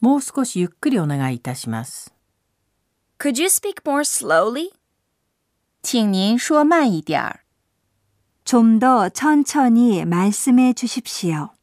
もう少しゆっくりお願いいたします。 Could you speak more slowly? 请您说慢一点儿。 좀 더 천천히 말씀해 주십시오.